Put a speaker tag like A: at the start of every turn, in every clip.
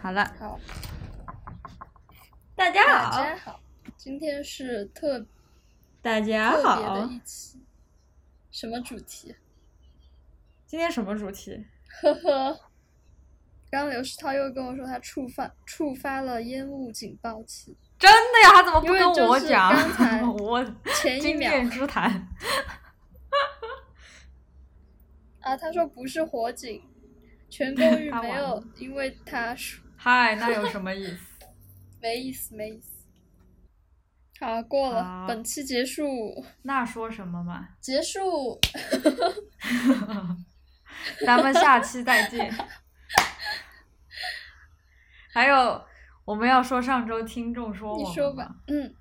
A: 好了，
B: 好，
A: 大家
B: 大
A: 啊好，
B: 家好，今天是特
A: 大家
B: 特别的
A: 好，
B: 一期，什么主题？
A: 今天什么主题？
B: 呵呵。刚刘世涛又跟我说他触发触发了烟雾警报器，
A: 真的呀，他怎么不
B: 因为
A: 跟
B: 就
A: 我
B: 是
A: 讲
B: 刚 才？
A: 我
B: 前一
A: 经
B: 秒
A: 验之谈，
B: 啊，他说不是火警，全公寓
A: 他
B: 没
A: 完
B: 有
A: 了，
B: 因为他说
A: 嗨，那有什么意思？
B: 没意思没意思。好，过了，
A: 好
B: 本期结束
A: 那说什么嘛？
B: 结束，
A: 咱们下期再见。 还有，我们要说上周听众说我
B: 你
A: 们
B: 说吧
A: 吗，
B: 嗯，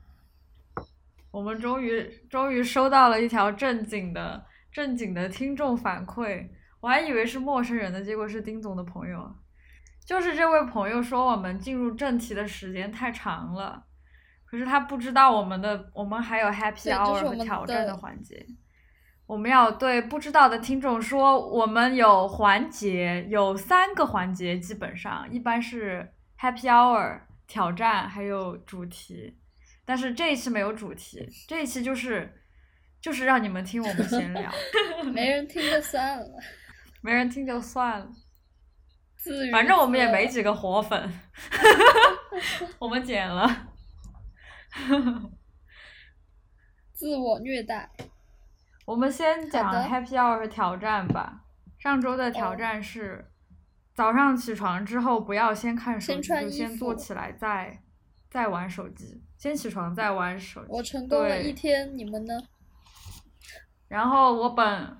A: 我们终于终于收到了一条正经的正经的听众反馈，我还以为是陌生人的，结果是丁总的朋友。就是这位朋友说我们进入正题的时间太长了，可是他不知道我们的我们还有 Happy
B: 对这
A: Hour
B: 是我
A: 和
B: 们
A: 挑
B: 的
A: 战的环节。我们要对不知道的听众说，我们有环节，有三个环节，基本上一般是 Happy Hour 挑战，还有主题。但是这一期没有主题，这一期就是就是让你们听我们闲 聊，
B: 没人听就算了，
A: 没人听就算了，
B: 自娱
A: 反正我们也
B: 自乐
A: 没几个活 粉，我们剪了。
B: 自我虐待。
A: 我们先讲
B: 好的哦
A: Happy Hour 挑战吧。上周的挑战是，早上起床之后不要先看手
B: 先
A: 机，
B: 穿
A: 就
B: 衣
A: 先坐
B: 服
A: 起来再再玩手机，先起床再玩手
B: 我
A: 机。
B: 成功了
A: 对
B: 一天，你们呢？
A: 然后我本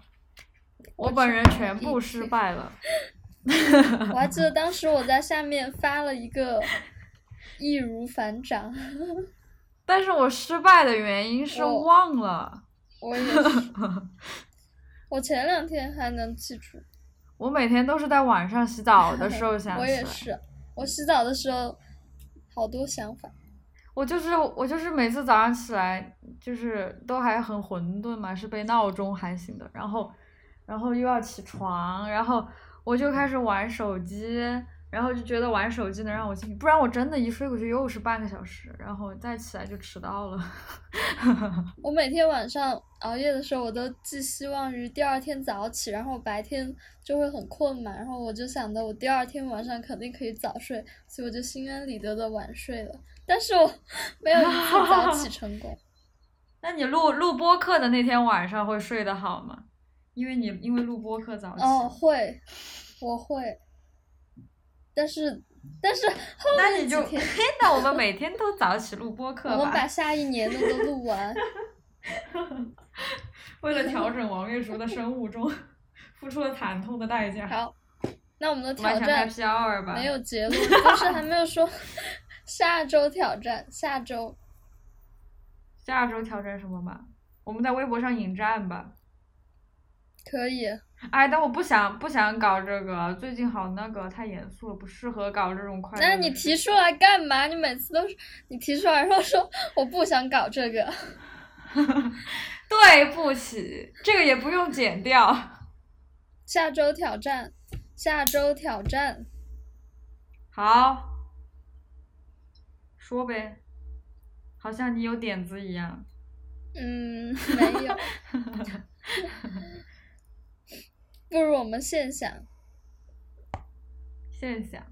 A: 我
B: 我
A: 本
B: 成
A: 人
B: 功
A: 全
B: 了
A: 部
B: 一
A: 失
B: 天
A: 败了，
B: 我还记得当时我在下面发了一个“易如反掌
A: 但是我失败的原因是
B: 我
A: 忘了，”，
B: 我也是。我前两天还能记住，
A: 我每天都是在晚上洗澡的时候想
B: 我
A: 起
B: 也
A: 来。
B: 是。我洗澡的时候，好多想法。
A: 我就是我就是每次早上起来就是都还很混沌嘛，是被闹钟喊醒的，然后然后又要起床，然后我就开始玩手机，然后就觉得玩手机能让我清醒，不然我真的一睡过去又是半个小时，然后再起来就迟到了。
B: 我每天晚上熬夜的时候，我都寄希望于第二天早起，然后白天就会很困嘛，然后我就想着我第二天晚上肯定可以早睡，所以我就心安理得的晚睡了。但是我 没有一次早起成功，
A: 那你录录播课的那天晚上会睡得好吗？因为你因为录播课早起，
B: 哦，会，我会，但是但是后
A: 那
B: 面
A: 你
B: 几
A: 就
B: 天
A: 那我们每天都早起录播课
B: 我们把
A: 吧，
B: 下一年的都录 完，
A: 为了调整王月竹的生物钟，付出了惨痛的代价。
B: 好，那我们的
A: 我们
B: 挑
A: 想
B: 战
A: Happy Hour 吧。
B: 没有结论，就是还没有说 下周挑战，下周。
A: 下周挑战什么吧？我们在微博上引战吧。
B: 可以，
A: 哎，但我不想不想搞这个，最近好那个太严肃了，不适合搞这种快乐的
B: 那
A: 事。
B: 你提出来干嘛？你每次都是你提出来，然后说我不想搞这个，
A: 对不起，这个也不用剪掉。
B: 下周挑战，下周挑战，
A: 好，说呗，好像你有点子一样。
B: 嗯，没有， 不如我们现想，
A: 现象，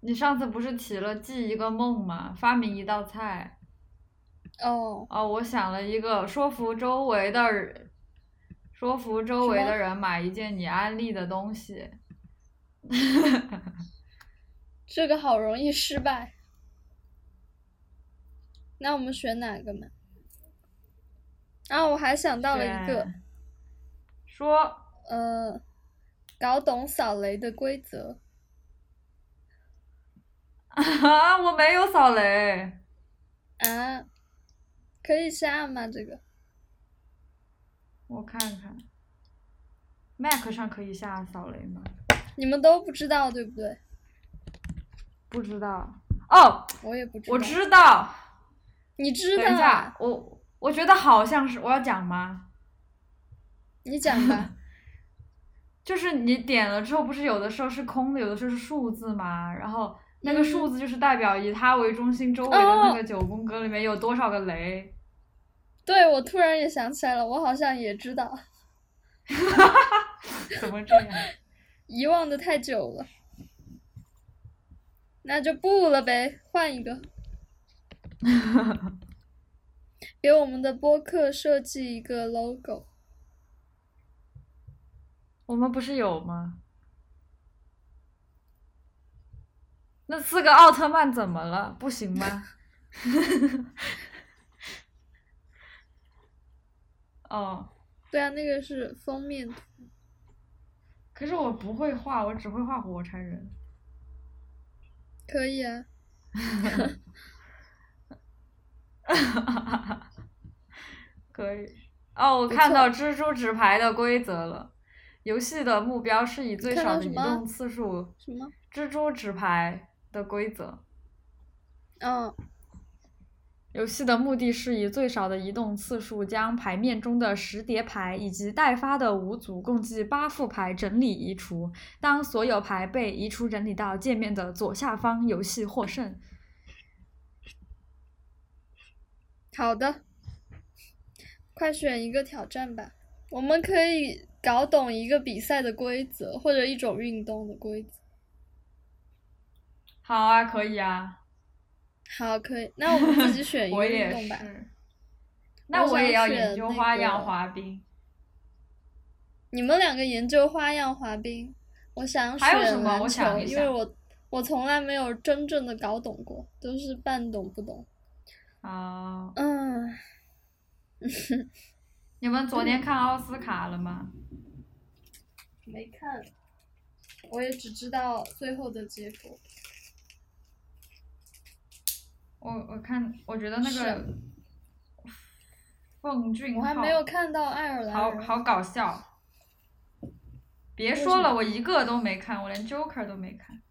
A: 你上次不是提了记一个梦吗？发明一道菜。
B: 哦，
A: 哦，我想了一个，说服周围的人，说服周围
B: 什
A: 的
B: 么
A: 人买一件你安利的东西。
B: 这个好容易失败，那我们选哪个嘛？啊，我还想到了一个，
A: 对说
B: 呃，搞懂扫雷的规则，
A: 啊，我没有扫雷，
B: 啊，可以下吗？这个
A: 我看看，Mac 上可以下扫雷吗？
B: 你们都不知道对不对？
A: 不知道。哦，
B: 我也不知道。
A: 我知道。
B: 你知
A: 等一
B: 道
A: 下
B: 啊？，
A: 我我觉得好像是我要讲吗？
B: 你讲吧。
A: 就是你点了之后，不是有的时候是空的，有的时候是数字嘛，然后那
B: 嗯
A: 个数字就是代表以它为中心周围的
B: 哦
A: 那个九宫格里面有多少个雷。
B: 对，我突然也想起来了，我好像也知道，
A: 怎么这样？
B: 遗忘的太久了，那就不了呗，换一个， 给我们的播客设计一个 logo。
A: 我们不是有吗？那四个奥特曼怎么了？不行吗？ 哦，
B: 对啊，那个是封面图。
A: 可是我不会画，我只会画火柴人。
B: 可以啊。
A: 可以。哦，我看到蜘蛛纸牌的规则了。游戏的目标是以最少的移动次数。
B: 什么？
A: 蜘蛛纸牌的规则。
B: 嗯、哦。
A: 游戏的目的是以最少的移动次数将牌面中的十叠牌以及待发的五组共计八副牌整理移除。当所有牌被移除整理到界面的左下方，游戏获胜。
B: 好的，快选一个挑战吧。我们可以。搞懂一个比赛的规则，或者一种运动的规则。
A: 好啊，可以啊。
B: 好，可以。那我们自己选一个运动吧。
A: 我那
B: 我
A: 也要研
B: 选
A: 究花样
B: 那
A: 滑
B: 个。
A: 冰。
B: 你们两个研究花样滑冰，我想
A: 还有什
B: 选
A: 么我
B: 篮球，
A: 想一
B: 因
A: 下
B: 为我我从来没有真正的搞懂过，都是半懂不懂。
A: 啊、
B: 嗯，
A: 你们昨天看奥斯卡了吗？
B: 没看，我也只知道最后的结果。
A: 我我看，我觉得那个
B: 是啊
A: 奉俊
B: 我还
A: 昊
B: 没有看到爱尔兰
A: 好
B: 人。
A: 好搞笑。别
B: 为
A: 说
B: 什
A: 了，
B: 么
A: 我一个都没看，我连 Joker 都没看。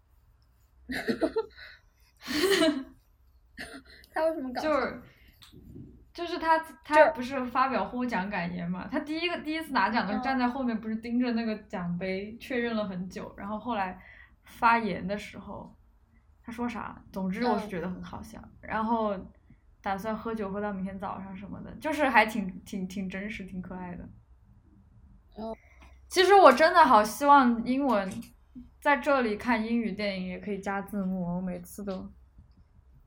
B: 他为什么搞
A: 就
B: 笑？
A: 是就是他
B: 就
A: 他
B: 是
A: 不是发表获奖感言嘛？他第一个第一次拿奖的时候
B: 嗯
A: 站在后面，不是盯着那个奖杯确认了很久，然后后来发言的时候，他说啥？总之我是
B: 嗯
A: 觉得很好笑，然后打算喝酒喝到明天早上什么的，就是还挺挺挺真实，挺可爱的。
B: 哦
A: 其实我真的好希望英文在这里看英语电影也可以加字幕，我每次都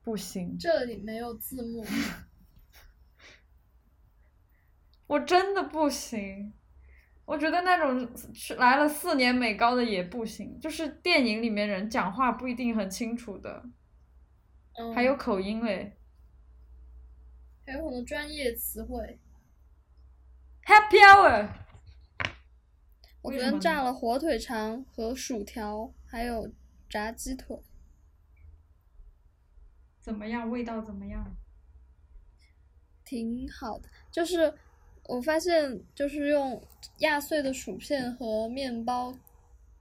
A: 不行。
B: 这里没有字幕。
A: 我真的不行，我觉得那种去来了四年美高的也不行，就是电影里面人讲话不一定很清楚的，
B: 嗯。
A: 还有口音嘞。
B: 还有很多专业词汇。
A: Happy Hour，
B: 我
A: 为
B: 昨
A: 什么
B: 天
A: 呢
B: 炸了火腿肠和薯条，还有炸鸡腿，
A: 怎么样？味道怎么样？
B: 挺好的。就是我发现，就是用压碎的薯片和面包，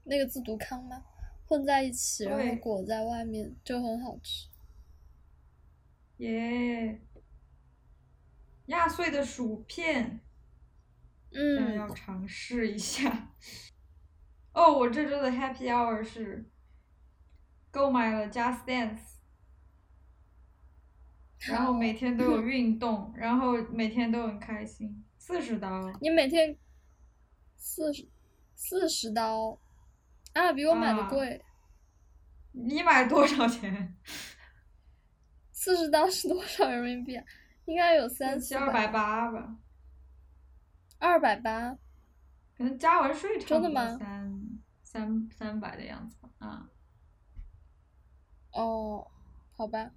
B: 那个字读糠吗？混在一起，然后
A: 对
B: 裹在外面，就很好吃。
A: 耶、压碎的薯片，想
B: 嗯
A: 要，尝试一下。哦，我这周的 Happy Hour 是购买了 Just Dance。然后每天都有运动，然后每天都很开心。四十刀，
B: 你每天四十四十刀啊，比我买的
A: 啊
B: 贵。
A: 你买多少钱？
B: 四十刀是多少人民币啊？应该有三
A: 七二百八吧，
B: 二百八。
A: 可能加完税差
B: 真
A: 不
B: 的
A: 多
B: 吗
A: 三三三百的样子吧。啊，
B: 哦，好吧，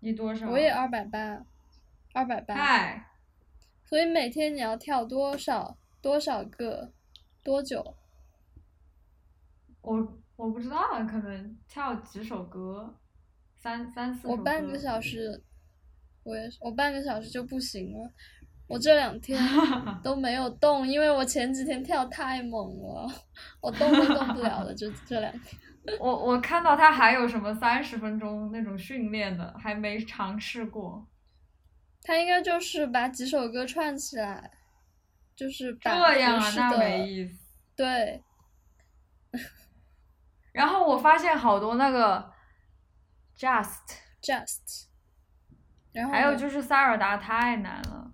A: 你多少？
B: 我也二百八，二百八，
A: 嗨，
B: 所以每天你要跳多少多少个，多久？
A: 我我不知道，啊可能跳几首歌，三三四首
B: 我
A: 歌。
B: 半个小时，我也是，我半个小时就不行了。我这两 天都没有动，因为我前几天跳太猛了，我动都动不了了。这这两天，
A: 我我看到他还有什么三十分钟那种训练的，还没尝试过。
B: 他应该就是把几首歌串起来，就是把
A: 这样
B: 合
A: 啊，
B: 适
A: 那
B: 的
A: 没意思。
B: 对，
A: 然后我发现好多那个 Just，
B: just，然后
A: 还有
B: 呢
A: 就是塞尔达太难了，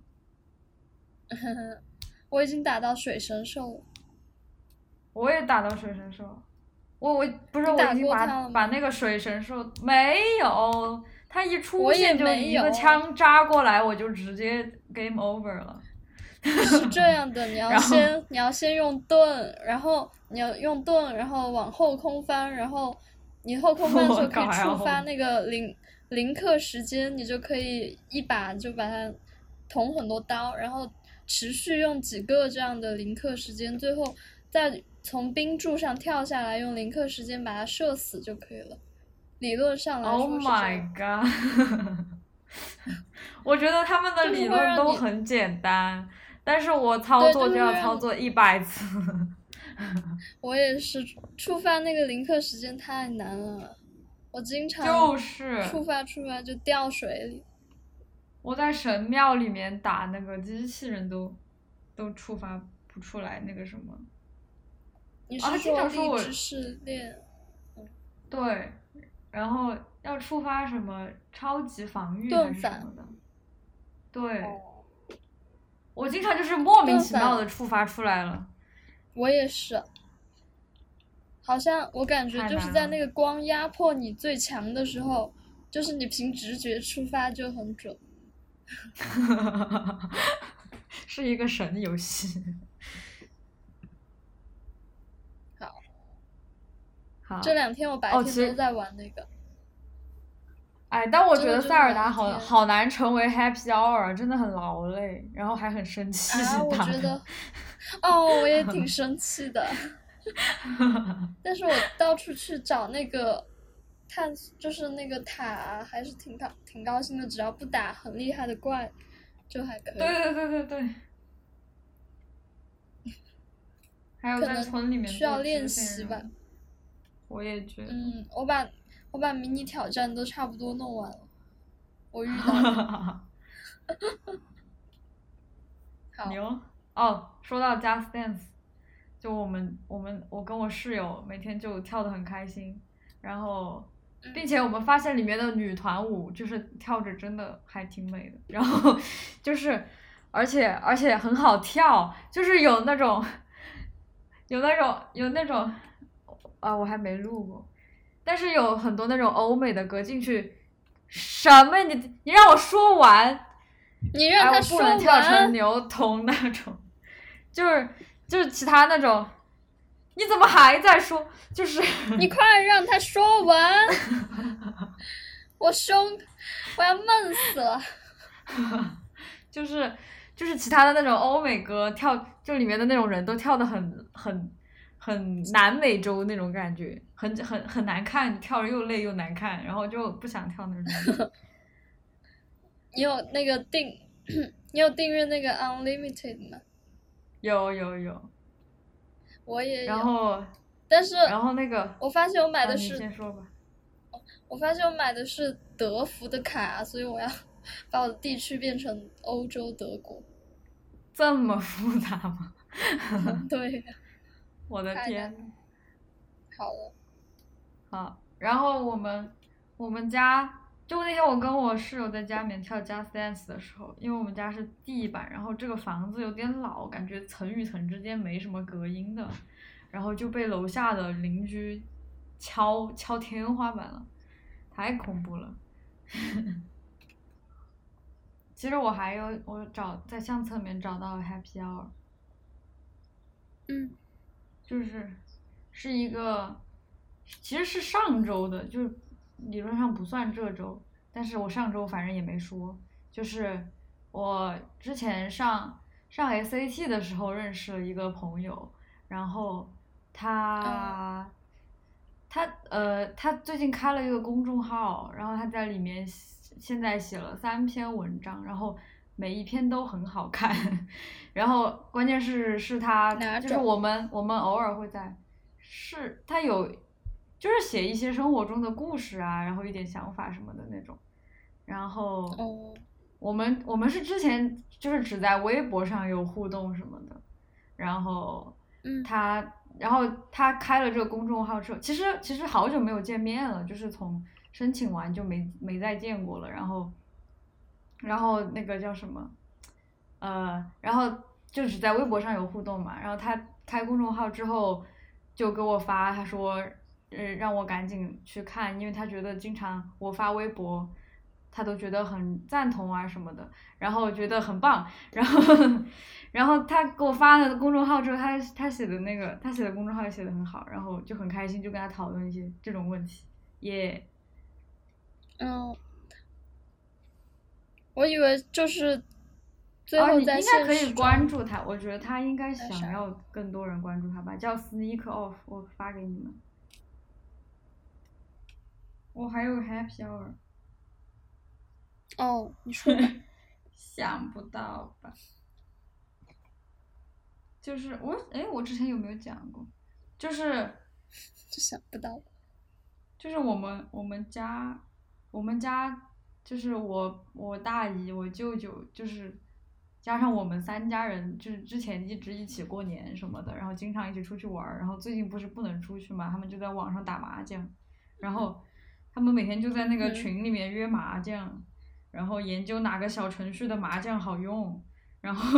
B: 我已经打到水神兽了，
A: 我也打到水神兽，我我不是
B: 你
A: 我
B: 打
A: 已经
B: 过它了
A: 把
B: 吗
A: 把那个水神兽没有，它一出
B: 我也
A: 现就
B: 没
A: 一个
B: 有
A: 枪扎过来，我就直接 game over 了。
B: 是这样的，你要
A: 然后
B: 先你要先用盾，然后你要用盾，然后往后空翻，然后你后空翻的时候可
A: 我
B: 以
A: 靠还要
B: 触发
A: 后
B: 那个零零刻时间，你就可以一把就把它捅很多刀，然后持续用几个这样的零刻时间，最后再从冰柱上跳下来，用零刻时间把它射死就可以了。理论上来
A: Oh
B: 说是这样
A: my god！我觉得他们的
B: 就是
A: 理
B: 会
A: 论
B: 让
A: 都
B: 你
A: 很简单，但是我操
B: 对
A: 作
B: 就是
A: 就
B: 会
A: 要
B: 让
A: 操
B: 你
A: 作一百次。
B: 我也是触发那个零刻时间太难了，我经常
A: 就是
B: 触发触发就掉水里。
A: 我在神庙里面打那个机器人都都触发不出来那个什么，
B: 你
A: 啊
B: 是
A: 经常说
B: 荔
A: 我
B: 枝试炼？
A: 对，然后要触发什么超级防御
B: 盾
A: 还是
B: 反
A: 什么的，对
B: 哦，
A: 我经常就是莫名
B: 盾
A: 其妙
B: 反
A: 的触发出来了。
B: 我也是，好像我感觉
A: 太
B: 就是
A: 难
B: 在
A: 了
B: 那个光压迫你最强的时候，就是你凭直觉触发就很准。
A: 是一个神游戏。
B: 好，
A: 好，
B: 这两天我白
A: 哦其
B: 天
A: 实
B: 都在玩那 个，
A: 哎，但我觉
B: 真的
A: 得
B: 就
A: 塞尔
B: 是
A: 达好
B: 天
A: 好难成为 Happy Hour，真的很劳累，然后还很生气
B: 啊，我
A: 打
B: 觉
A: 的。
B: 得，哦，我也挺生气的。但是我到处去找那个探索，就是那个塔啊、还是挺高挺高兴的。只要不打很厉害的怪，就还可以。
A: 对对对对 对。还有
B: 可
A: 在
B: 能
A: 村里面
B: 需
A: 做
B: 要
A: 支
B: 练
A: 线
B: 习
A: 任
B: 吧
A: 务。我也觉得。
B: 嗯，我把我把迷你挑战都差不多弄完了。我遇到 的 好，
A: 牛哦！说到 Just Dance，就我们我们我跟我室友每天就跳得很开心，然后
B: 嗯
A: 并且我们发现里面的女团舞就是跳着真的还挺美的，然后 就是而且而且很好跳，就是有那种有那种有那种啊，我还没录过，但是有很多那种欧美的歌进去，什么你你让我说完，
B: 你让
A: 哎，
B: 他
A: 我
B: 说
A: 不能跳成
B: 完。
A: 牛童那种，就是就是其他那种，你怎么还在说？就是
B: 你快让他说完。我凶，我要闷死了。
A: 就是就是其他的那种欧美歌跳，就里面的那种人都跳的很很很南美洲那种感觉，很很很难看，跳着又累又难看，然后就不想跳那种。
B: 你有那个订， 你有订阅那个 Unlimited 吗？
A: 有有有，
B: 我也
A: 然
B: 有，
A: 后
B: 但是
A: 然后那个
B: 我发现我买
A: 啊
B: 的
A: 你
B: 是，
A: 先说吧。
B: 我发现我买的是德芙的卡，所以我要 把我的地区变成欧洲 德国。
A: 这么复杂吗？
B: 对，
A: 我的
B: 太
A: 天
B: 难！好了，
A: 好，啊然后我们我们家就那天我跟我室友在家里面跳 Just Dance 的时候，因为我们家是地板，然后这个房子有点老，感觉层与层之间没什么隔音的，然后就被楼下的邻居敲敲天花板了，太恐怖了。 其实我还有我找在相册里面找到了 Happy Hour，
B: 嗯，
A: 就是是一个，其实是上周的，就是理论上不算这周，但是我上周反正也没说，就是我之前上上 SAT 的时候认识了一个朋友，然后他、他呃他最近开了一个公众号，然后他在里面写现在写了三篇文章，然后每一篇都很好看，然后关键是是他
B: 哪
A: 就是
B: 种
A: 我们我们偶尔会在是他有就是写一些生活中的故事啊，然后一点想法什么的那种，然后
B: 哦，
A: 我们我们是之前就是只在微博上有互动什么的，然后
B: 嗯
A: 他，然后他开了这个公众号之后，其实其实好久没有见面了，就是从申请完就没没再见过了。然后，然后那个叫什么，呃，然后就只在微博上有互动嘛。然后他开公众号之后，就给我发，他说，呃，让我赶紧去看，因为他觉得经常我发微博。他都觉得很赞同啊什么的，然后觉得很棒，然后， 然后他给我发了公众号之后，他他写的那个他写的公众号也写的很好，然后就很开心，就跟他讨论一些这种问题，耶、
B: 嗯，我以为就是最
A: 哦，
B: 后
A: 你应
B: 在
A: 该
B: 现
A: 可以
B: 实中
A: 关注他，我觉得他应该
B: 那啥
A: 想要更多人关注他吧，叫 Sneak Off，我发给你们。我还有 Happy Hour，
B: 哦，你说吧
A: 想不到吧？就是我，哎，我之前有没有讲过？就是
B: 就想不到。
A: 就是我们我们家我们家就是我我大姨我舅舅就是加上我们三家人就是之前一直一起过年什么的，然后经常一起出去玩儿，然后最近不是不能出去嘛，他们就在网上打麻将，然后他们每天就在那个
B: 嗯
A: 群里面约麻将，然后研究哪个小程序的麻将好用。然后，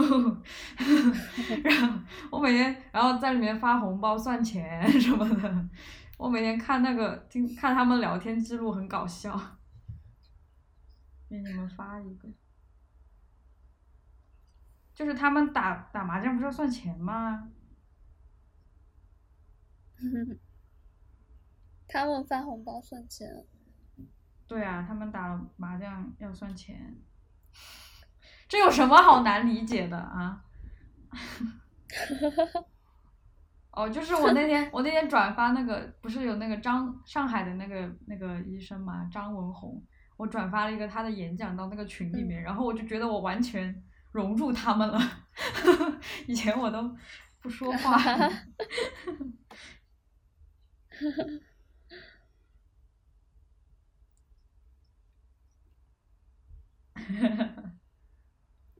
A: 然后我每天，然后在里面发红包、算钱什么的，我每天看那个听看他们聊天记录很搞笑，给你们发一个，就是他们打打麻将不是要算钱吗？
B: 他们发红包算钱，
A: 对啊，他们打麻将要算钱， 这有什么好难理解的啊？ 哦，就是我那天我那天转发那个，不是有那个张上海的那个那个医生嘛，张文宏，我转发了一个他的演讲到那个群里面，然后我就觉得我完全融入他们了， 以前我都不说话。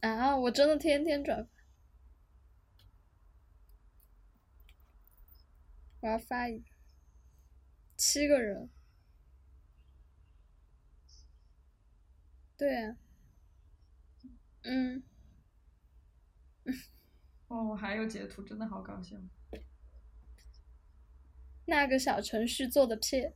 B: 啊！我真的天天转发，我要发一个七个人，对啊，嗯，
A: 哦，我还有截图，真的好搞笑。
B: 那个小程序做的骗，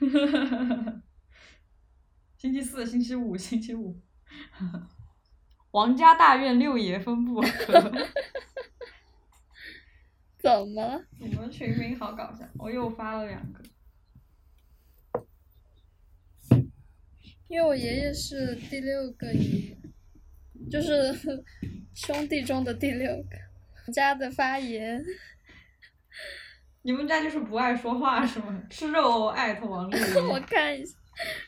A: 星期四、星期五、星期五， 王家大院六爷分 布。
B: 怎么了？
A: 我们群名好搞笑，我又发了两个。
B: 因为我爷爷是第六个爷爷，就是 兄弟中的第六个。我家的发言，
A: 你们家就是不爱说话是吗？吃肉哦，艾特王六
B: 我
A: 爷。
B: 看一下，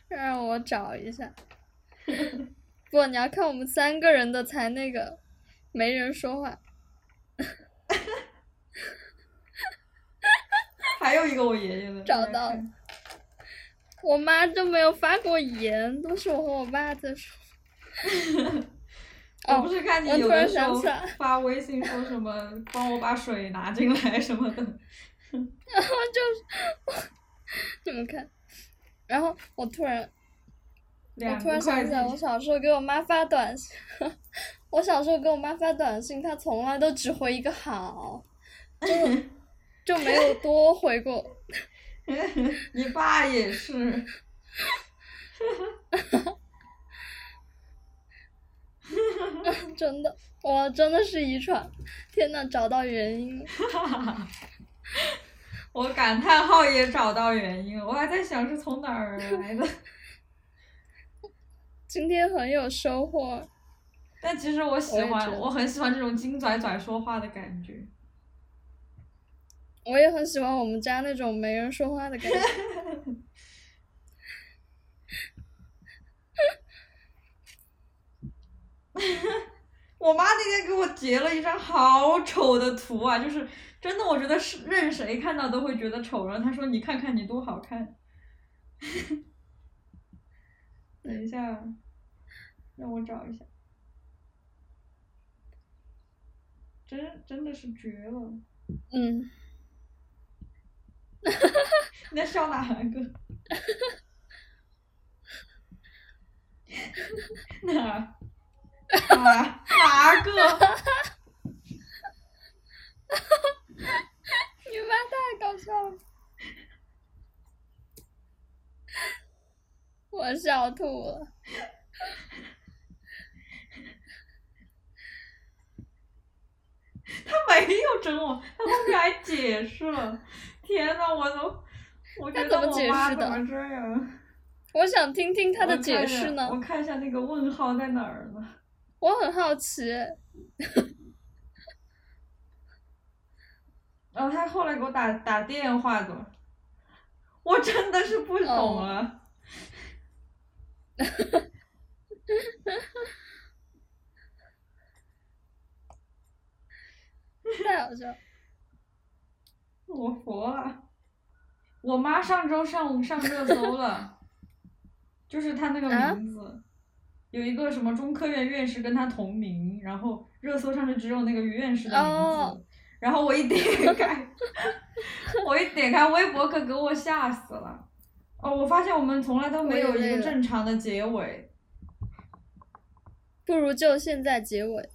B: 让我找一下。不，你要看我们三个人的才那个，没人说话。
A: 还有一个我爷爷的。
B: 找到了我妈就没有发过言，都是我和我爸在说。
A: 我不
B: 哦，
A: 是看你
B: 我突
A: 有的
B: 然
A: 时
B: 想
A: 候
B: 起来
A: 发微信说什么“帮我把水拿进来”什么的，
B: 然后 就你们看，然后我突然 我
A: 两
B: 突
A: 个
B: 然
A: 快
B: 想起来，我
A: 递。
B: 小时候给我妈发短信， 我小时候给我妈发短信，她从来都只回一个好， 就就没有多回过。
A: 你爸也是。
B: 真的，我真的是遗传。天呐，找到原因了。
A: 我感叹号也找到原因了，我还在想是从哪儿来的。
B: 今天很有收获。
A: 但其实我喜
B: 我也觉
A: 欢，
B: 得
A: 我很喜欢这种金拽拽说话的感觉。
B: 我也很喜欢我们家那种没人说话的 感觉。
A: 我妈那天给我截了一张好丑的图啊，就是真的，我觉得是任谁看到都会觉得丑。然后她说：“你看看你多好看。” 啊等一下，让我找一下。真真的是绝了。
B: 嗯，
A: 你在笑哪 个？哪儿？哪儿哪个？
B: 你妈太搞笑了， 我笑吐了。
A: 他没有整我，他后面还解释了。天呐，我都，我觉
B: 他怎
A: 得
B: 么
A: 我
B: 解
A: 妈
B: 释
A: 怎
B: 的
A: 么这样？
B: 我想听听 他
A: 我
B: 的
A: 看
B: 解
A: 一
B: 释
A: 下
B: 呢，
A: 我看一下那个问号在哪儿呢？
B: 我很好奇。
A: 然后他后来给我打打电话的， 我真的是不懂
B: 哦
A: 了。
B: 太好笑了，
A: 我服了，我妈上周上上热搜了，就是她那个
B: 啊
A: 名字，有一个什么中科院院士跟她同名，然后热搜上就只有那个院士的名字，
B: 哦
A: 然后我一点开， 我一点开微博，可给我吓死了。哦，我发现我们从来都
B: 我
A: 没
B: 也
A: 有一
B: 累
A: 个
B: 了
A: 正常的结尾，
B: 不如就现在结尾。